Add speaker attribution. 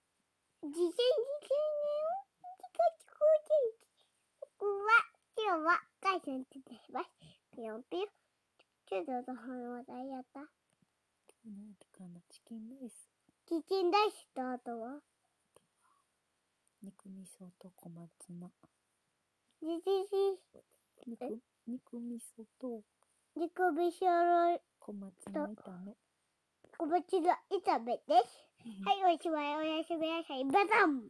Speaker 1: 2020年1月5日は、今日は、ガイさんと出ます。ぴよんぴよん。ちょっとどの話題やった
Speaker 2: なんとかのチキンライス、
Speaker 1: キッチン大使とあとは、
Speaker 2: 肉味噌と小松菜。
Speaker 1: じじじ、
Speaker 2: 肉肉味噌と
Speaker 1: 自己美少女、
Speaker 2: 小松菜炒め。
Speaker 1: おばちが炒めです。はい、おしまい、おやすみなさい。バタン